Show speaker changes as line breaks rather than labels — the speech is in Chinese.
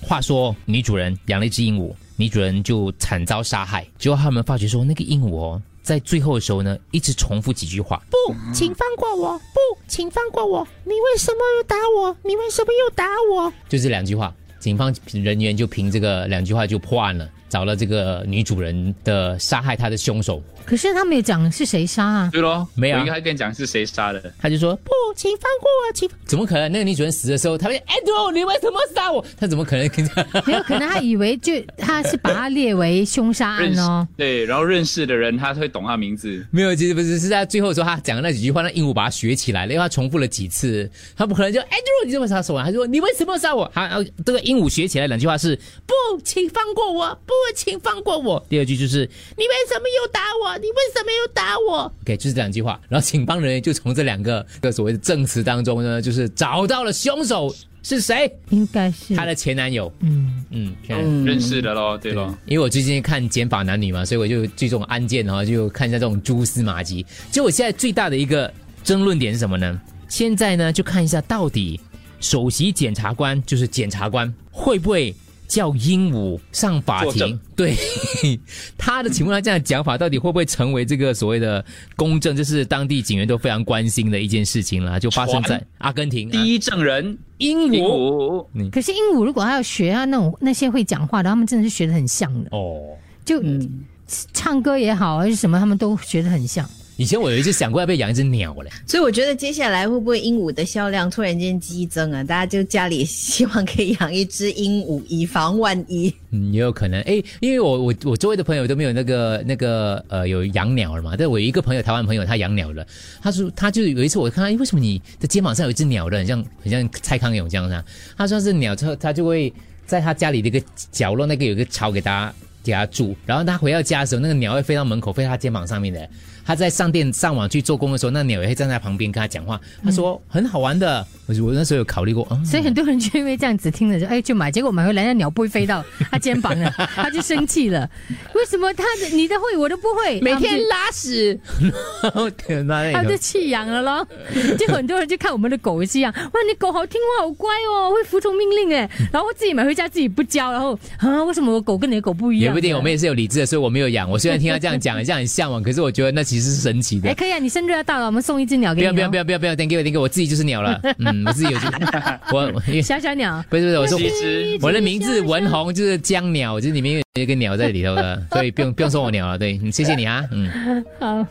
话说，女主人养了一只鹦鹉，女主人就惨遭杀害。结果他们发觉说，那个鹦鹉哦，在最后的时候呢，一直重复几句话。
不，请放过我！不，请放过我！你为什么又打我？你为什么又打我？
就这两句话，警方人员就凭这个两句话就破案了，找了这个女主人的杀害她的凶手。
可是他没有讲是谁杀啊，
对咯，
没有啊
我应该跟你讲是谁杀的。
他就说
不，请放过我！ 请
怎么可能？那个女主人死的时候，他们就哎呦，你为什么杀我？他怎么可能跟他？
没有可能他以为就他是把他列为凶杀案
认识
哦。
对，然后认识的人他会懂他名字，
没有，其实不是，是在最后说他讲的那几句话，那鹦鹉把他学起来了，因为他重复了几次，他不可能就哎，就是你怎么杀手啊？他说你为什么杀我？他然后这个鹦鹉学起来两句话是不，请放过我，不，请放过 我。第二句就是
你为什么又打我？你为什么又打我？
OK，就是这两句话。然后警方人员就从这两个这个所谓的证词当中呢，就是找到了凶手是谁，
应该是
他的前男友。
嗯，
嗯，前男友。
嗯，
认识的咯，对咯。
因为我最近看《减法男女》嘛，所以我就对这种案件哈，就看一下这种蛛丝马迹。就我现在最大的一个争论点是什么呢？现在呢，就看一下到底首席检察官就是检察官会不会叫鹦鹉上法
作
庭
证？
对 他的，请问他这样的讲法到底会不会成为这个所谓的公正？这是当地警员都非常关心的一件事情啦，就发生在
传
阿根廷、
第
一
一证人
鹦
鹦
鹉
鹉，
可是鹦鹉如果他要学他那种那些会讲话的，他们真的是学的很像的，
哦。
就
嗯，
唱歌也好还是什么，他们都学的很像。
以前我有一次想过要不要养一只鸟嘞，
所以我觉得接下来会不会鹦鹉的销量突然间激增啊？大家就家里希望可以养一只鹦鹉，以防万一。
嗯，也有可能，诶，因为我我我周围的朋友都没有那个那个呃有养鸟了嘛，但我有一个朋友，台湾朋友他养鸟了，他说他就有一次我看他，诶，为什么你的肩膀上有一只鸟的，很像很像蔡康永这样的，他说是鸟之后，他就会在他家里的一个角落那个有一个巢给他给他住，然后他回到家的时候，那个鸟会飞到门口，飞到他肩膀上面的。他在上电上网去做工的时候，那鸟也会站在旁边跟他讲话。他说、很好玩的，我我那时候有考虑过，嗯，
嗯所以很多人就因为这样子听了就哎就买，结果买回来那鸟不会飞到他肩膀了， 他就生气了。为什么他的你的会我都不会？每
拉屎。
天哪，那
他
里头
就弃养了咯。就很多人就看我们的狗也是一样，哇，你狗好听话，好乖哦，会服从命令哎。然后自己买回家自己不教，然后啊，为什么我狗跟你的狗不一样？
也不一定，我们也是有理智的，所以我没有养。我虽然听他这样讲，这样很向往，可是我觉得那其实是神奇
哎
的。
可以啊，你生日要到了，我们送一只鸟
不
给你、
要
哦。
不要不要不要不要，thank you thank you，我自己就是鸟了。嗯，我自己有我我因为
小小鸟。
不是不是，我说
是一只
我的名字文红就是江鸟，就是里面有一个鸟在里头的，所以不用不用送我鸟了。对，嗯谢谢你啊，嗯。
好。